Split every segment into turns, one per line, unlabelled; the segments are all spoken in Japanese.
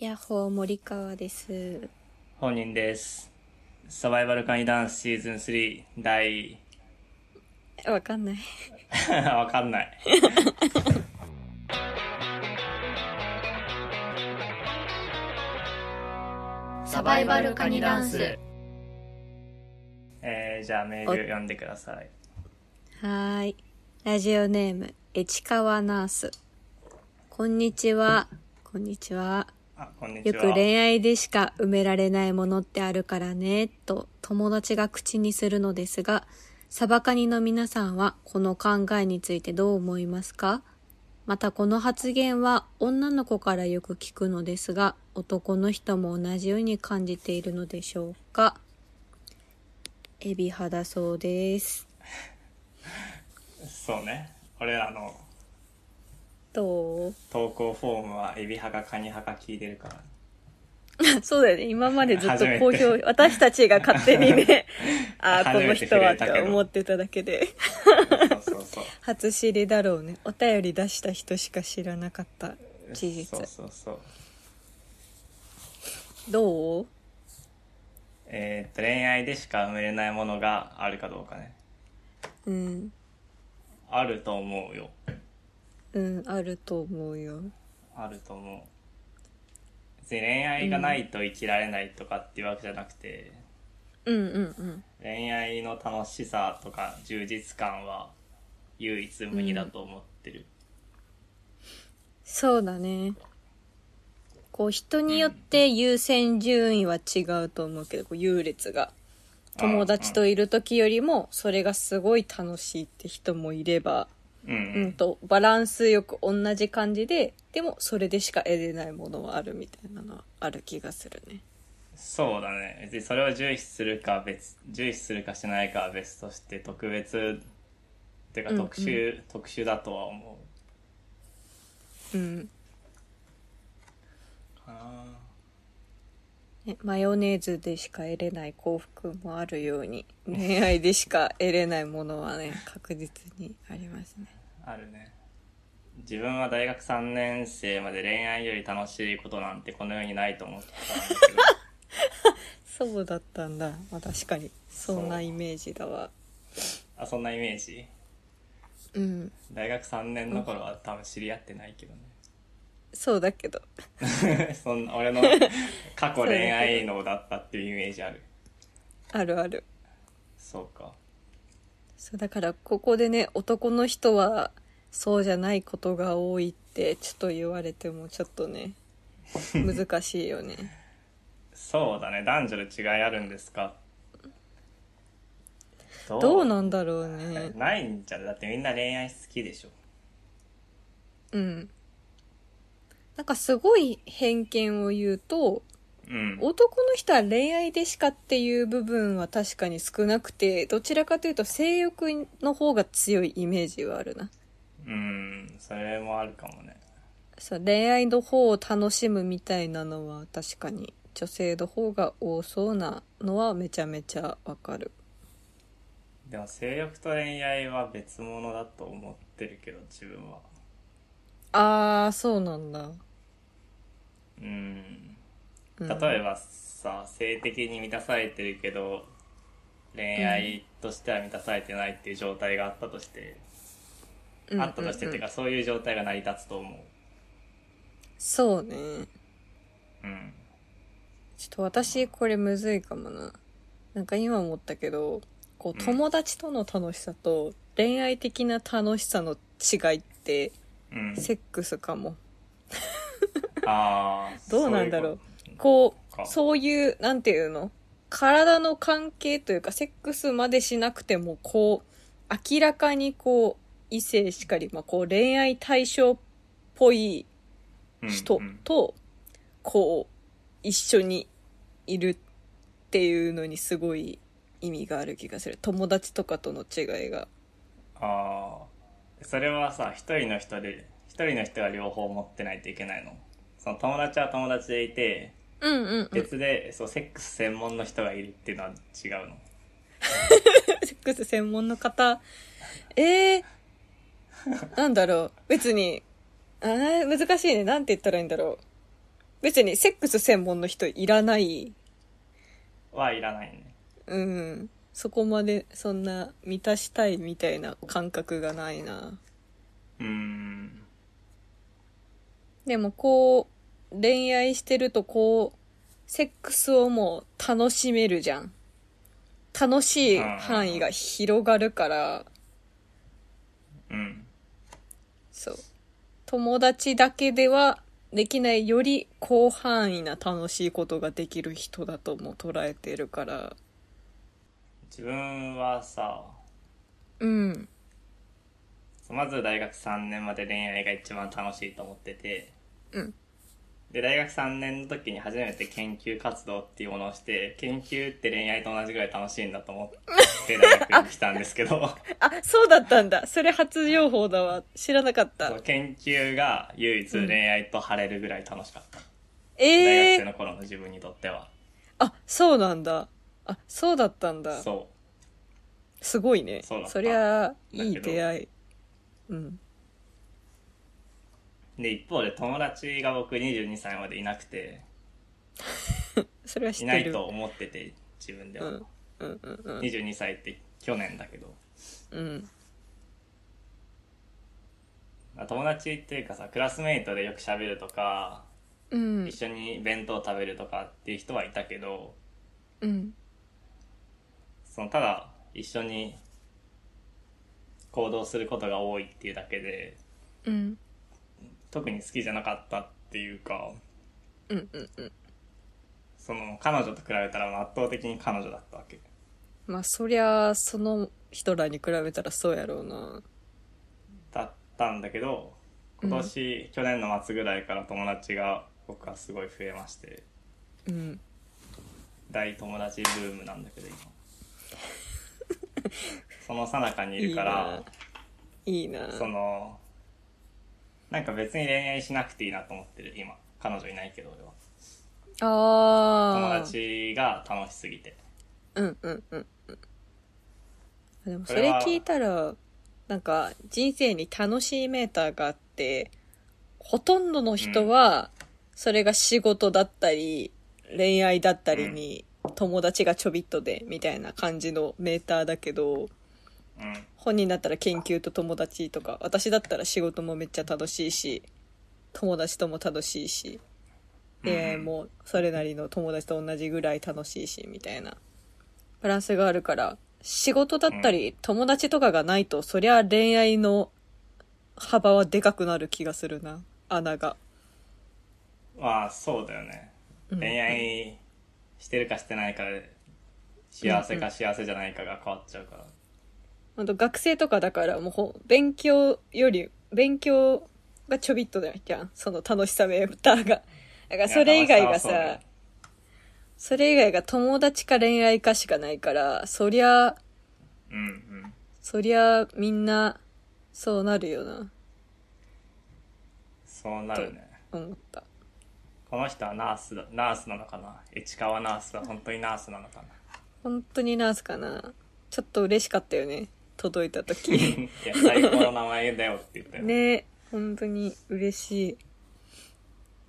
ヤッホー森川です。
本人です。サバイバルカニダンスシーズン3第、
わかんない。
わかんない。
サバイバルカニダンス。
えー、じゃあメール読んでください。
はーい。ラジオネーム、えちかわナース。こんにちは。こんにちは。
あ、こんにち
よ
は。
く恋愛でしか埋められないものってあるからね、と友達が口にするのですが、サバカニの皆さんはこの考えについてどう思いますかまたこの発言は女の子からよく聞くのですが、男の人も同じように感じているのでしょうかエビ派だそうです。
そうね。俺らの
どう
投稿フォームはエビ派かカニ派か聞いてるから。
そうだよね。今までずっと
初めて
好評、私たちが勝手に ね、ああ、こ
初
の
めて
人
触
は
れ
った
けど
て思ってただけで。
そうそうそう。
初知りだろうねお便り出した人しか知らなかった 事実
そうそうそう。
どう
えーっと、恋愛でしか埋めれないものがあるかどうかね。
うん
あると思うよ。
うんあると思うよ
あると思う。別に恋愛がないと生きられないとかっていうわけじゃなくて、
うんうん
恋愛の楽しさとか充実感は唯一無二だと思ってる、
そうだねこう人によって優先順位は違うと思うけどこう優劣が友達といる時よりもそれがすごい楽しいって人もいれば
うんう
うん
ん
とバランスよく同じ感じででもそれでしか得れないものはあるみたいなのはある気がするね
そうだね別にそれを重視するか別重視するかしないかは別として特別っていう
う
か
んうん
特殊、特殊だとは思
うん
うかな
ねマヨネーズでしか得れない幸福もあるように恋愛でしか得れないものは ね確実にありますね
あるね自分は大学3年生まで恋愛より楽しいことなんてこの世にないと思ってたんだけど
そうだったんだ、まあ、確かにそんなイメージだわ
あそんなイメージ
うん
大学3年の頃は多分知り合ってないけどね
そうだけど
そんな俺の過去恋愛能だったっていうイメージある
あるある
そうか
そうだからここでね男の人はそうじゃないことが多いってちょっと言われてもちょっと ね難しいよ ね
そうだね男女で違いあるんですかど
どうなんだろうね
ないんじゃないだってみんな恋愛好きでしょ
うんなんかすごい偏見を言うと
うん
男の人は恋愛でしかっていう部分は確かに少なくてどちらかというと性欲の方が強いイメージはあるな
うんそれもあるかもね
そう恋愛の方を楽しむみたいなのは確かに女性の方が多そうなのはめちゃめちゃわかる
でも性欲と恋愛は別物だと思ってるけど自分は
あーそうなんだ、
うん
うん、
例えばさ、性的に満たされてるけど恋愛としては満たされてないっていう状態があったとして、
うん
あったとしてっていうか、そういう状態が成り立つと思
そうね
ううん
ちょっと私これむずいかもな。なんか今思ったけど、こう
うん
友達との楽しさと恋愛的な楽しさの違いって
うん
セックスかも。
ああ
どうなんだろう
こ
こ
か
う、そういう、なんていうの体の関係というかセックスまでしなくてもこう、明らかにこう、異性しかり、まあこう恋愛対象っぽい人
うん
と、こう、一緒にいるっていうのにすごい意味がある気がする。友達とかとの違いが。
ああそれはさ一人の人で一人の人が両方持ってないといけないのその友達は友達でいて
うんうん、うん。セ
別で、そうセックス専門の人がいるっていうのは違うの
ックス専門の方、えー、なんだろう。別に、あー難しいね。なんて言ったらいいんだろう。別にセックス専門の人いらない。
はいらないね。
うん。そこまでそんな満たしたいみたいな感覚がないな。
うーん。
でもこう、恋愛してるとこう、セックスをもう楽しめるじゃん。楽しい範囲が広がるから、
うん。
そう。友達だけではできないより広範囲な楽しいことができる人だとも捉えてるから。
自分はさ、
うん。
まず大学3年まで恋愛が一番楽しいと思ってて、
うん。
で、大学3年の時に初めて研究活動っていうものをして、研究って恋愛と同じぐらい楽しいんだと思って大学に来たんですけ ど、
あ、そうだったんだ。それ初情報だわ。知らなかった
そう。研究が唯一恋愛と晴れるぐらい楽しかった。
え
大
え
学生の頃の自分にとっては。
あ、そうなんだ。あ、そうだったんだ。
そ
すごいね。
そうだった
りゃ、
けど
いい出会い。うん。
う。で、一方で友達が僕22歳までいなくて、
それは知
い
って
な
る。
いと思ってて、自分で
う
は。
ん。うんうんうん。
22歳って去年だけど。
うん。
友達っていうかさ、クラスメイトでよく喋るとか、
うん
一緒に弁当食べるとかっていう人はいたけど、
うん。
そのただ一緒に行動することが多いっていうだけで、
うん。
特に好きじゃなかったっていうか、
うんうんうん。
その彼女と比べたら圧倒的に彼女だったわけ。
まあ、そりゃ、その人らに比べたらそうやろうな。
だったんだけど、今年、去年の末ぐらいから友達が僕はすごい増えまして、
うん。
大友達ブームなんだけ ど今。その最中にいるから、
いいな。いい
そ
な。
のなんか別に恋愛しなくていいなと思ってる今彼女いないけど俺は
ああ。
友。達が楽しすぎて
うんうんうんうん。でもそ
これ
れ
は
聞いたら、なんか人生に楽しいメーターがあって、ほとんどの人は、それが仕事だったり、恋愛だったりに、友達がちょびっとで、みたいな感じのメーターだけど、
うん
本人だったら研究と友達とか、私だったら仕事もめっちゃ楽しいし、友達とも楽しいし、
うん
恋愛もそれなりの友達と同じぐらい楽しいし、みたいなバランスがあるから、仕事だったり友達とかがないと、そりゃ恋愛の幅はでかくなる気がするな、穴が。
まあそうだよね
うん
恋愛してるかしてないかで幸せか幸せじゃないかが変わっちゃうから
ほんと学生とかだからもうほ勉強より勉強がちょびっとだじゃんその楽しさメーターがだからそれ以外が
いや楽しさはそうだよ
さそれ以外が友達か恋愛かしかないからそりゃ
うんうん
そりゃみんなそうなるよな
そうなるね
思った
この人はナースだナースなのかな市川ナースは本当にナースなのかな
本当にナースかなちょっと嬉しかったよね届いた 時
いや最高の名前だよって言ったよ、
ね本当に嬉し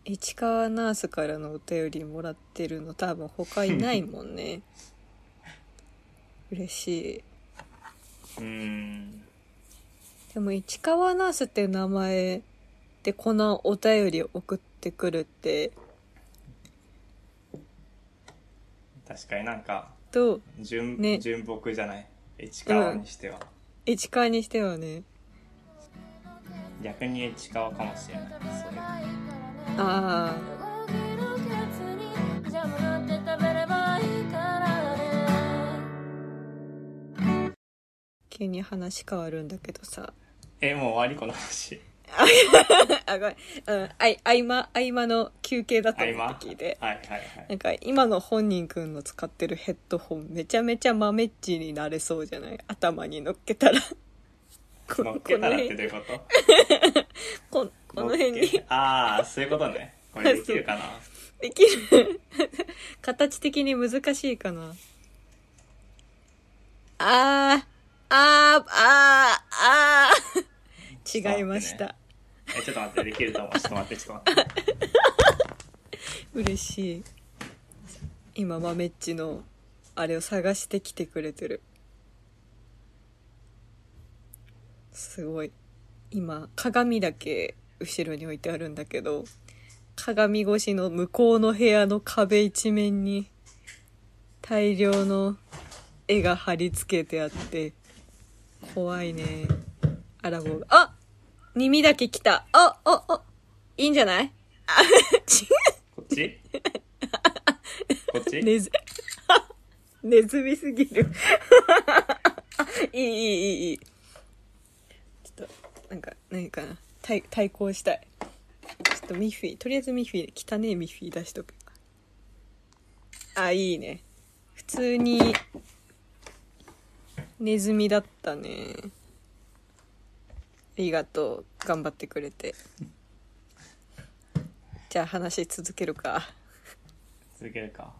い市川ナースからのお便りもらってるの多分他いないもんね嬉しい
うん
でも市川ナースっていう名前でこのお便りを送ってくるって
確かになんか
どう
純,、
ね
純朴じゃない市川にしては、
市川にしてはね
逆に市川かもしれないそういう
ああ
動けるケツにジャムなんて食べればいいからね
急に話変わるんだけどさ
えもう終わりこの話
あごめん、うん、あい合間合間の休憩だったの
合間
っ
は
て
い
聞い
はい
て
はい
なんか今の本人くんの使ってるヘッドホンめちゃめちゃ豆っちになれそうじゃない頭に乗っけたら。こ
乗っけたらって
こ
どういうこと
の辺ここの辺
乗
に
っけああそういうことねこれでき るかな
できる 形的に難しいかな。あー、あー、あー、あー。違いまし
ちょ
た。
えちょっと待ってできると思うちょっと待ってちょっと待って
嬉しい今豆っちのあれを探してきてくれてるすごい今鏡だけ後ろに置いてあるんだけど鏡越しの向こうの部屋の壁一面に大量の絵が貼り付けてあって怖いねアラフォーがあ耳だけ来たあああいいんじゃない
こっちこっち、
ネ ズ、ネズミすぎる。 いい、いい、いい、いい。ちょっと、なんか、何かな。対、対抗したい。ちょっとミッフィー、とりあえずミッフィー、汚ねえミッフィー出しとく。あ、いいね。普通に、ネズミだったね。ありがとう。頑張ってくれて。じゃあ話続けるか。
続けるか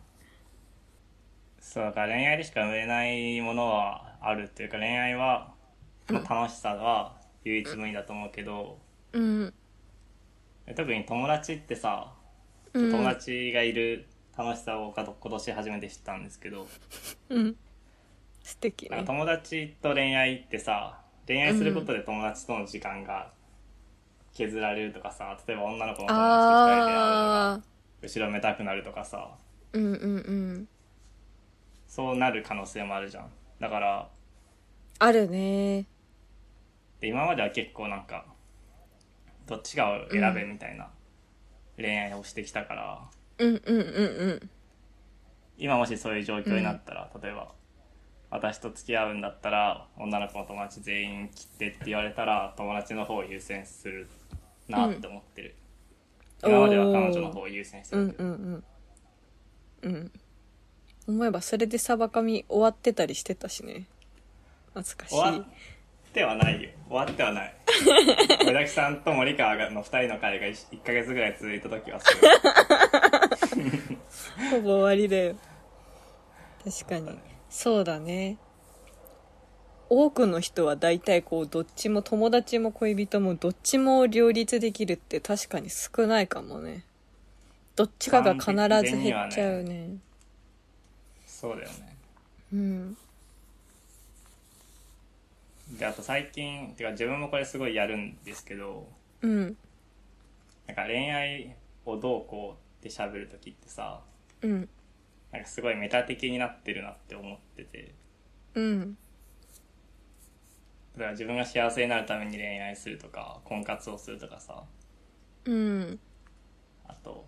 そうだから恋愛でしか生めれないものはあるっていうか恋愛はの楽しさは唯一無二だと思うけど
うん。
特に友達ってさ
うん
友達がいる楽しさをかと今年初めて知ったんですけど
うん。素敵
なん
ね
か。友達と恋愛ってさ恋愛することで友達との時間が削られるとかさ例えば女の子の友達と二人で会う
ああ。
後ろめたくなるとかさ
うんうんうん。
そうなる可能性もあるじゃんだから
あるね。
で今までは結構なんかどっちかを選べみたいな恋愛をしてきたから、
うんうんうん
今もしそういう状況になったら、例えば私と付き合うんだったら女の子の友達全員切ってって言われたら友達の方を優先するなって思ってる、
うん
今までは彼女の方を優先して
うん。う
る
んうんうん。うん。思えばそれでサバカミ終わってたりしてたしね。懐かしい。
終わってはないよ終わってはない小崎さんと森川がの2人の会が 1, ヶ月ぐらい続いた時はそう
ほぼ終わりだよ。確かに。そうだね。多くの人は大体こうどっちも友達も恋人もどっちも両立できるって確かに少ないかもね。どっちかが必ず減っちゃうね
そうだよね
うん。
であと最近てか自分もこれすごいやるんですけど
うん。
なんか恋愛をどうこうって喋る時ってさ
うん。
なんかすごいメタ的になってるなって思ってて
うん。
例えば自分が幸せになるために恋愛するとか婚活をするとかさ
うん。
あと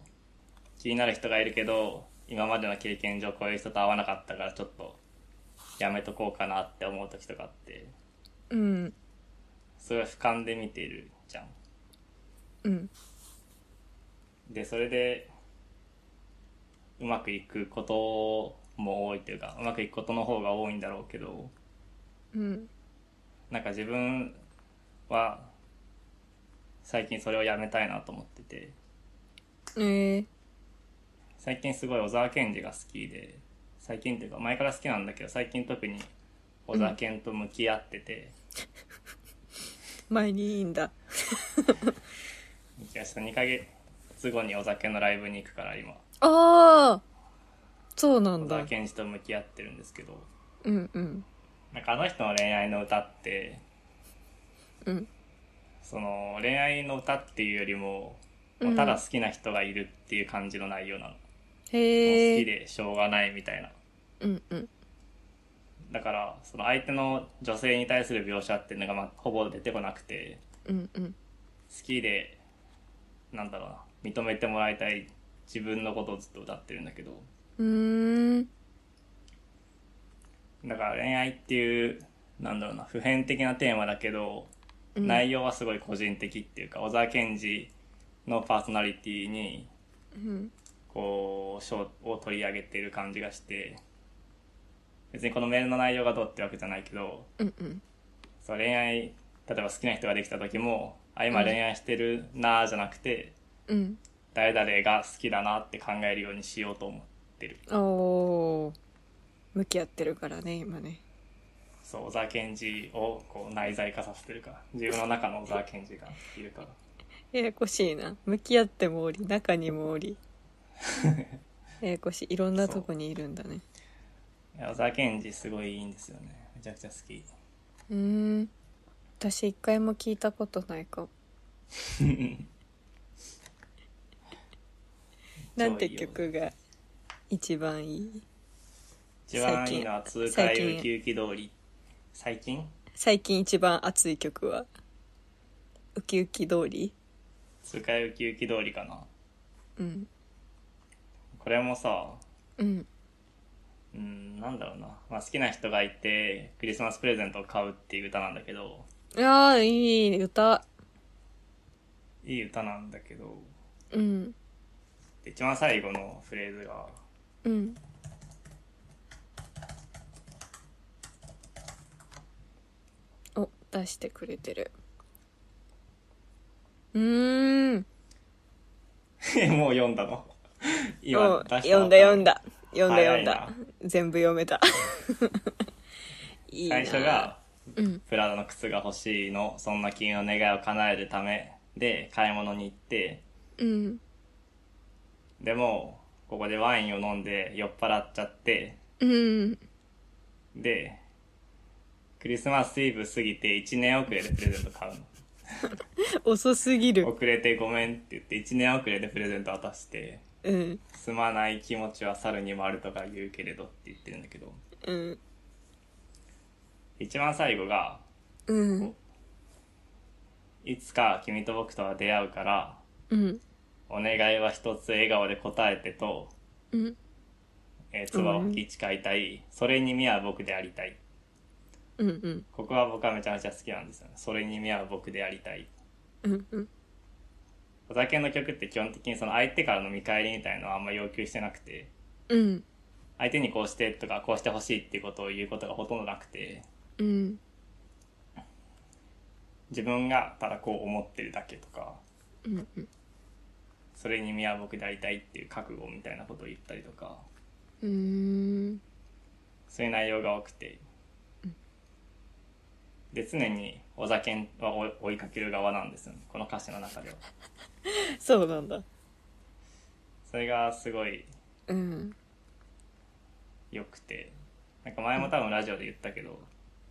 気になる人がいるけど今までの経験上こういう人と会わなかったからちょっとやめとこうかなって思う時とかって
うん。
すごい俯瞰で見てるじゃん
うん。
でそれでうまくいくことも多いというかうまくいくことの方が多いんだろうけど
うん。
なんか自分は最近それをやめたいなと思ってて
ええ
最近すごい小沢健二が好きで最近っていうか前から好きなんだけど最近特に小沢健と向き合ってて、
前にいいんだ。
向き合って2ヶ月後に小沢健のライブに行くから今
ああそうなん
小
だ
沢。健二と向き合ってるんですけど
うんうん。
なんかあの人の恋愛の歌って
うん。
その恋愛の歌っていうよりももうただ好きな人がいるっていう感じの内容なの、もう
へえ。
好きでしょうがないみたいな
うんうん。
だからその相手の女性に対する描写っていうのが、まあ、ほぼ出てこなくて
うんうん。
好きでなんだろうな認めてもらいたい自分のことをずっと歌ってるんだけど
うーん。
だから恋愛っていうなんだろうな普遍的なテーマだけど、内容はすごい個人的っていうか小沢健二のパーソナリティに
うん。
こう賞を取り上げてる感じがして別にこのメールの内容がどうってわけじゃないけど
うんうん。
そう恋愛例えば好きな人ができた時もあ今恋愛してるなーじゃなくて、
うん。
誰々が好きだなって考えるようにしようと思ってる
おー向き合ってるからね今ね
そう小沢健二をこう内在化させてるから自分の中の小沢健二がいるから
ややこしいな向き合ってもおり中にもおりややこしいいろんなとこにいるんだね
いや小沢健二すごいいいんですよねめちゃくちゃ好き
うーん私一回も聞いたことないかもなんて曲が一番いい
一番いいのは通
最
海
近
ウキウキ通り最近
最近一番熱い曲はウキウキ通り
通海ウキウキ通りかな
うん
これもさ
うん
うんなんだろうな、まあ、好きな人がいてクリスマスプレゼントを買うっていう歌なんだけど
いやーいい歌
いい歌なんだけど
うん
で一番最後のフレーズが
うんお出してくれてるうーん
もう読んだの
お
今出した
読んだ読んだ読んだ
早
読ん
いな
だ全部読めた いいな
最初が
うん
プラダの靴が欲しいのそんな君の願いを叶えるためで買い物に行って
うん
でもここでワインを飲んで酔っ払っちゃって
うん
でクリスマスイブ過ぎて1年遅れでプレゼント買うの
遅すぎる
遅れてごめんって言って1年遅れでプレゼント渡して
うん
すまない気持ちは猿にもあるとか言うけれどって言ってるんだけど
うん
一番最後が
うん
いつか君と僕とは出会うから
うん
お願いは一つ笑顔で答えてと
うん
えー、唾を吹き誓いたい、それに見合う僕でありたい
うんうん
ここは僕はめちゃめちゃ好きなんですよねそれに見合う僕でありたい
うんうん
小田健の曲って基本的にその相手からの見返りみたいのはあんま要求してなくて
うん
相手にこうしてとかこうしてほしいっていうことを言うことがほとんどなくて
うん
自分がただこう思ってるだけとか
うんうん
それに見合う僕でありたいっていう覚悟みたいなことを言ったりとか
うーん
そういう内容が多くて、で常に小田健は追い追いかける側なんですよねこの歌詞の中では
そうなんだ
それがすごい
うん
良くてなんか前も多分ラジオで言ったけど、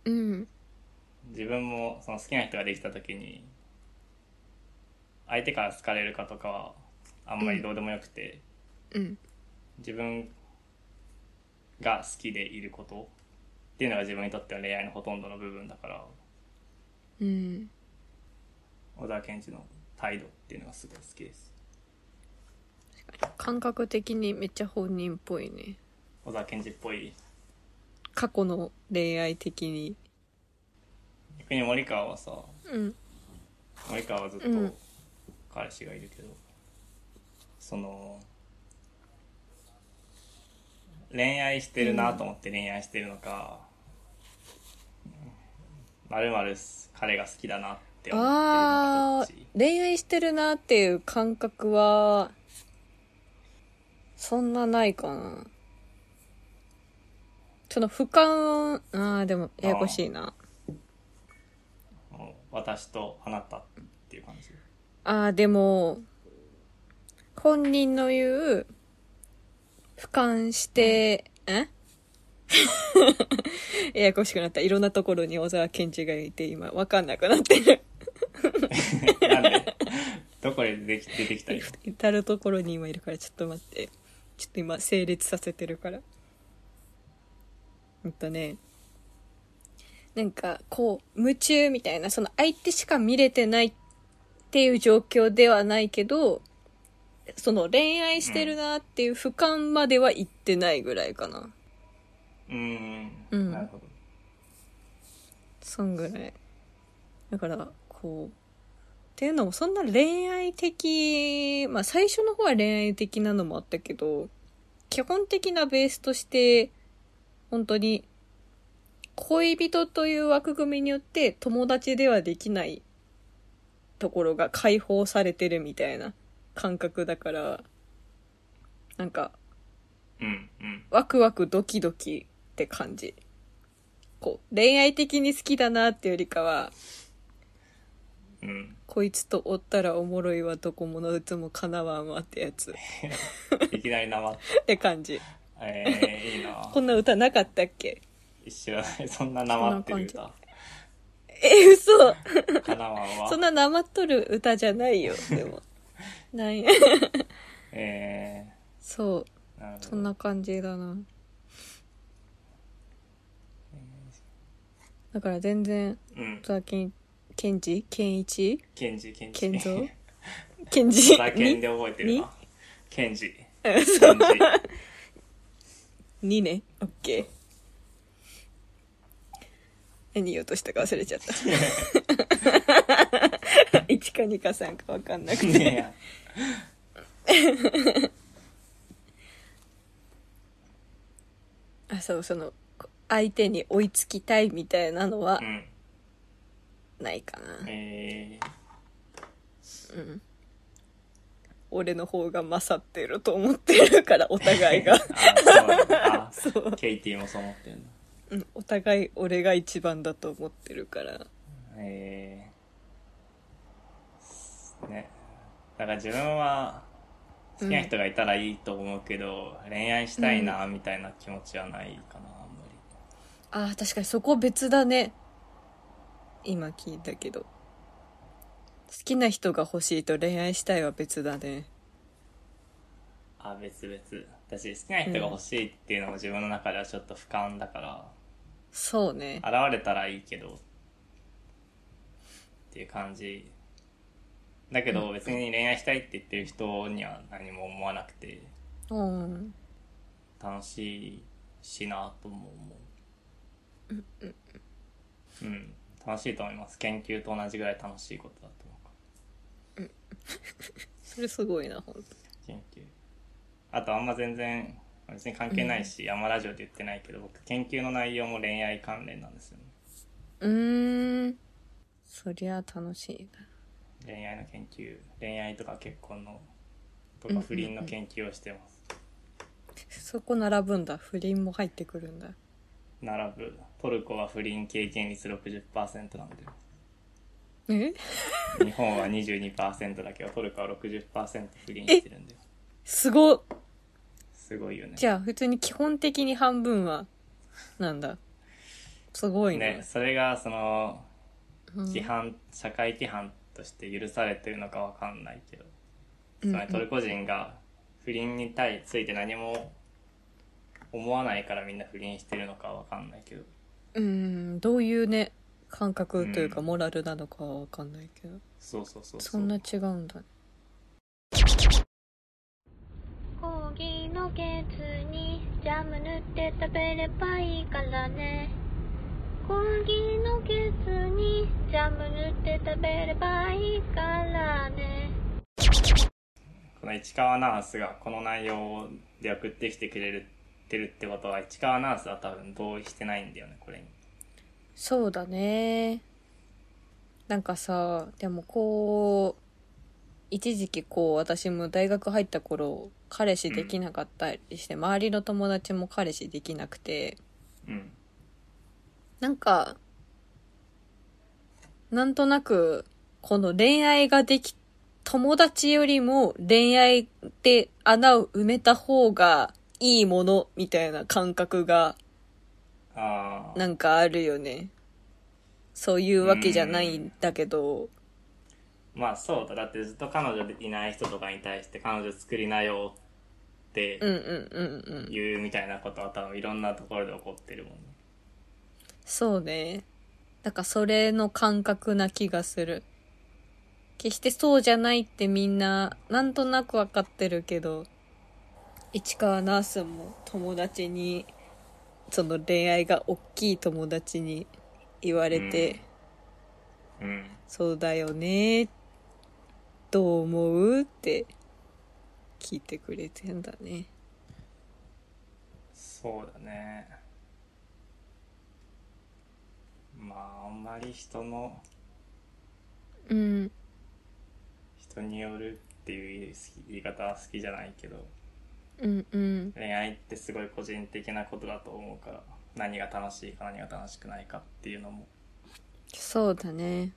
うん
自分もその好きな人ができた時に相手から好かれるかとかはあんまりどうでもよくて、
うん
自分が好きでいることっていうのが自分にとっての恋愛のほとんどの部分だから
うん
小沢健二の態度っていうのがすごい好きです
感覚的にめっちゃ本人っぽいね
小沢健二っぽい
過去の恋愛的に
逆に森川はさ
うん
森川はずっと
うん
彼氏がいるけど、その恋愛してるなと思って恋愛してるのかまるまる彼が好きだなって思ってるのかど
あ
っ
ー
ち
恋愛してるなっていう感覚はそんなないかなその俯瞰をああでもややこしいな
もう私とあなたっていう感じ
ああでも本人の言う俯瞰して、え ややこしくなったいろんなところに小沢健二がいて今わかんなくなってる
なんでどこで出てき出てきたり
至るところに今いるからちょっと待ってちょっと今整列させてるからうんとねなんかこう夢中みたいなその相手しか見れてないっていう状況ではないけどその恋愛してるなっていう俯瞰までは行ってないぐらいかな
うーん、
うん
なるほど
そんぐらいだからこうっていうのもそんな恋愛的まあ最初の方は恋愛的なのもあったけど基本的なベースとして本当に恋人という枠組みによって友達ではできないところが解放されてるみたいな感覚だからなんか
うんうん
ワクワクドキドキって感じ。こう、恋愛的に好きだなってよりかは、
うん
こいつとおったらおもろいわどこものうつもかなわんわってやつ。
一いきなりなまっ
って感じ。
た。えー、いいな
こんな歌なかったっけ
知らない。 そんななまってる歌。
え、嘘
かなわんは。
そんななまっとる歌じゃないよ、でも。なん や。
え
そう。
ー、なるほど。
そんな感じだな。だから全然、
うん。
最近、ケンジケンイチ
ケンジ、ケンジ。
ケンゾ ーケンジ
ザケンで覚えてる
に
な。ケ ンジ。
うん
ケンジ。
そう。2ね。オッケー。何言おうとしたか忘れちゃった。1か2か3か分かんなくて。
いや
あ、そう、その、こ相手に追いつきたいみたいなのは
うん。
ないかな。
え
俺の方が勝ってると思ってるから、お互い が。
ー、あ、そうなんだ。あ
そう。
ケイティもそう思ってるんだ。
うん、お互い俺が一番だと思ってるから。
えー、ね。だから自分は好きな人がいたらいいと思うけど、恋愛したいなみたいな気持ちはないかな、あんまり。
ああ、確かにそこ別だね。今聞いたけど。好きな人が欲しいと恋愛したいは別だね。
あ、別々。私、好きな人が欲しいっていうのも自分の中ではちょっと俯瞰だか
そうね。
ら、現れたらいいけど、っていう感じ。だけど、別に恋愛したいって言ってる人には何も思わなくて、
うん。
楽しいしなとも思う。うん、楽しいと思います。研究と同じぐらい楽しいことだと思うから。
それすごいな、ほんと。
研究あとあんま全然別に関係ないし、あんまラジオで言ってないけど僕研究の内容も恋愛関連なんですよね
うーん。そりゃ楽しいな。
恋愛の研究恋愛とか結婚のとか不倫の研究をしてます、
そこ並ぶんだ。不倫も入ってくるんだ。
並ぶトルコは不倫経験率60%なんで
え
日本は22%だけどトルコは60%不倫してるんです
ごっ
すごいよね
じゃあ、普通に基本的に半分は、なんだ。すごいね。
ねそれがその
うん
規範社会規範として許されてるのかわかんないけどつまりトルコ人が不倫に対ついて何も思わないからみんな不倫してるのかわかんないけど
うーんどういうね感覚というか
うん
モラルなのかは分かんないけど、
そうそうそう
そんな違うんだね
コーギーのケツにジャム塗って食べればいいからねコーギーのケツにジャム塗って食べればいいからね
この市川ナースがこの内容で送ってきてくれるてるってことは市川ナースは多分同意してないんだよねこれに
そうだねなんかさでもこう一時期こう私も大学入った頃彼氏できなかったりして、周りの友達も彼氏できなくて
うん
なんかなんとなくこの恋愛ができ友達よりも恋愛で穴を埋めた方がいいものみたいな感覚が
ああ
なんかあるよね。そういうわけじゃないんだけど、
まあそうだだってずっと彼女でいない人とかに対して彼女作りなよって
うんうんうんうん。
言うみたいなことは多分いろんなところで起こってるもんね
そうね。なんかそれの感覚な気がする。決してそうじゃないってみんな、なんとなくわかってるけど、市川ナースも友達に、その恋愛が大きい友達に言われて、
うんうん
そうだよね。どう思うって聞いてくれてんだね。
そうだねまああんまり人の
うん。
人によるっていう言い方は好きじゃないけど
うんうん。
恋愛ってすごい個人的なことだと思うから何が楽しいか何が楽しくないかっていうのも
そうだね。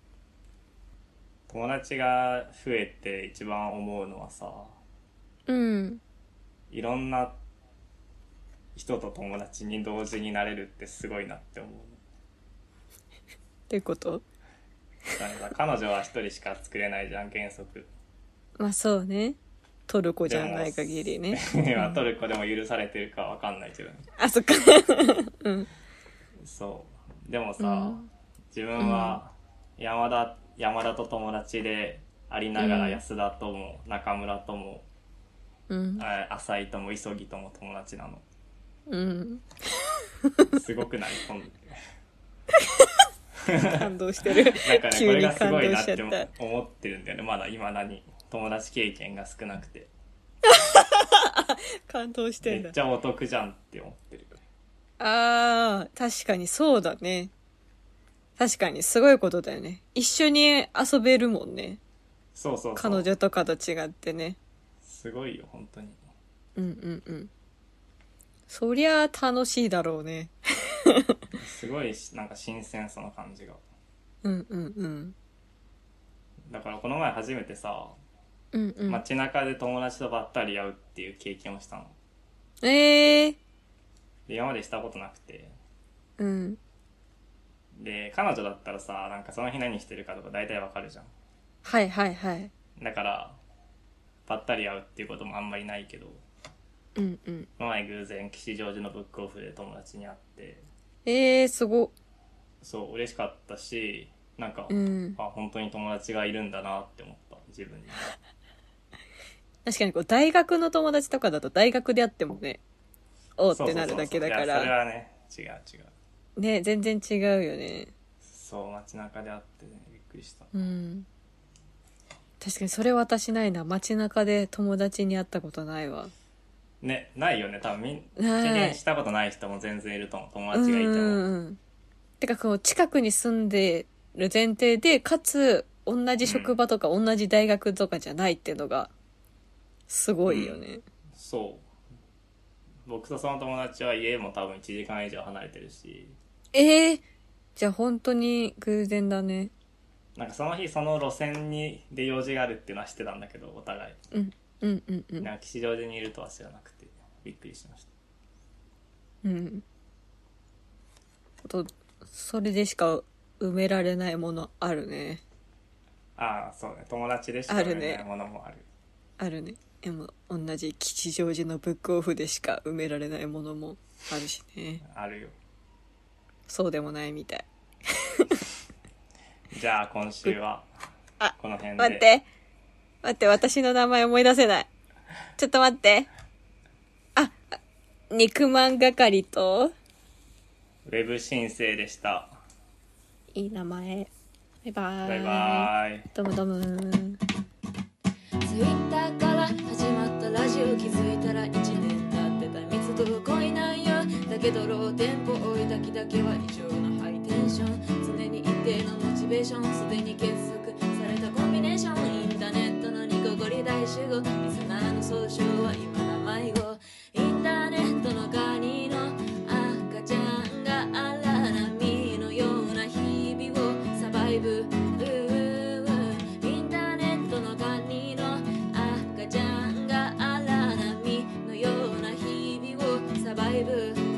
友達が増えて一番思うのはさ
うん。
いろんな人と友達に同時になれるってすごいなって思う。
ていうこと
なんか彼女は一人しか作れないじゃん原則
まあそうね。トルコじゃない限りね。
今トルコでも 許されてるかわかんないけどね
あ、そっか。うん。
そうでもさ、
うん
自分は山田山田と友達でありながら
うん
安田とも中村とも、
うん。
あ浅井とも急ぎとも友達なの
うん。
すごくないこん
感動してる
だから。こ
急
れ
に
がす
感
ごい
動
な
し
っ
ちゃ
て
った。
思ってるんだよねまだ今何友達経験が少なくて
感動して
め
んだ
っち。ゃお得じゃんって思ってる
あー、確かにそうだね。確かにすごいことだよね。一緒に遊べるもんね。
そうそうそう
彼女とかと違ってね。
すごいよ本当に
うんうんうん。そりゃ楽しいだろうね。
すごいしなんか新鮮さの感じが
うんうんうん。
だからこの前初めてさ
うんうん。
街中で友達とばったり会うっていう経験をしたの
えー。
で今までしたことなくて
うん。
で彼女だったらさなんかその日何してるかとか大体わかるじゃん
はいはいはい。
だからばったり会うっていうこともあんまりないけど
うんうん。
この前偶然吉祥寺のブックオフで友達に会って
えー、すご。
そう嬉しかったしなんか、
うん。
あ本当に友達がいるんだなって思った自分に
確かにこう大学の友達とかだと大学であってもねおーってなるだけだか
そうそうそういやそれ
ら
はね違う違う
ね全然違うよね
そう街中で会ってねびっくりした
うん確かにそれ私ないな街中で友達に会ったことないわ
ねないよね多分みん経
ない
験したことない人も全然いると思う友
うん
達がいて
う
も
んうんてかこう近くに住んでる前提でかつ同じ職場とか同じ大学とかじゃないっていうのがすごいよね、
そう僕とその友達は家も多分1時間以上離れてるし
ええー、じゃあ本当に偶然だね
なんかその日その路線にで用事があるっていうのは知ってたんだけどお互い
うんうんうんうん
なんか吉祥寺にいるとは知らなくてびっくりしました
うん。あと、それでしか埋められないものあるね。
ああそうね友達でしか
ある
埋
ね
めないものもある
あるね。でも、同じ吉祥寺のブックオフでしか埋められないものもあるしね。
あるよ
そうでもないみたい。
じゃあ今週は
あ
この辺で
待って待って、私の名前思い出せない。ちょっと待って。あ、あ肉まん係と、
ウェブ申請でした
いい名前。バイバーイ。
バイバーイ
どうもどうも。
ツイッターから始まったラジオ気づいたら1年経ってた密度が恋なんやだけどローテンポ追いだきだけは異常なハイテンション常に一定のモチベーションすでに結束されたコンビネーションインターネットのニコゴリ大集合リスナーの総称は今だ迷子インターネットのカニの赤ちゃんが荒波のような日々をサバイブうーうーインターネットのカニの赤ちゃんが荒波のような日々をサバイブ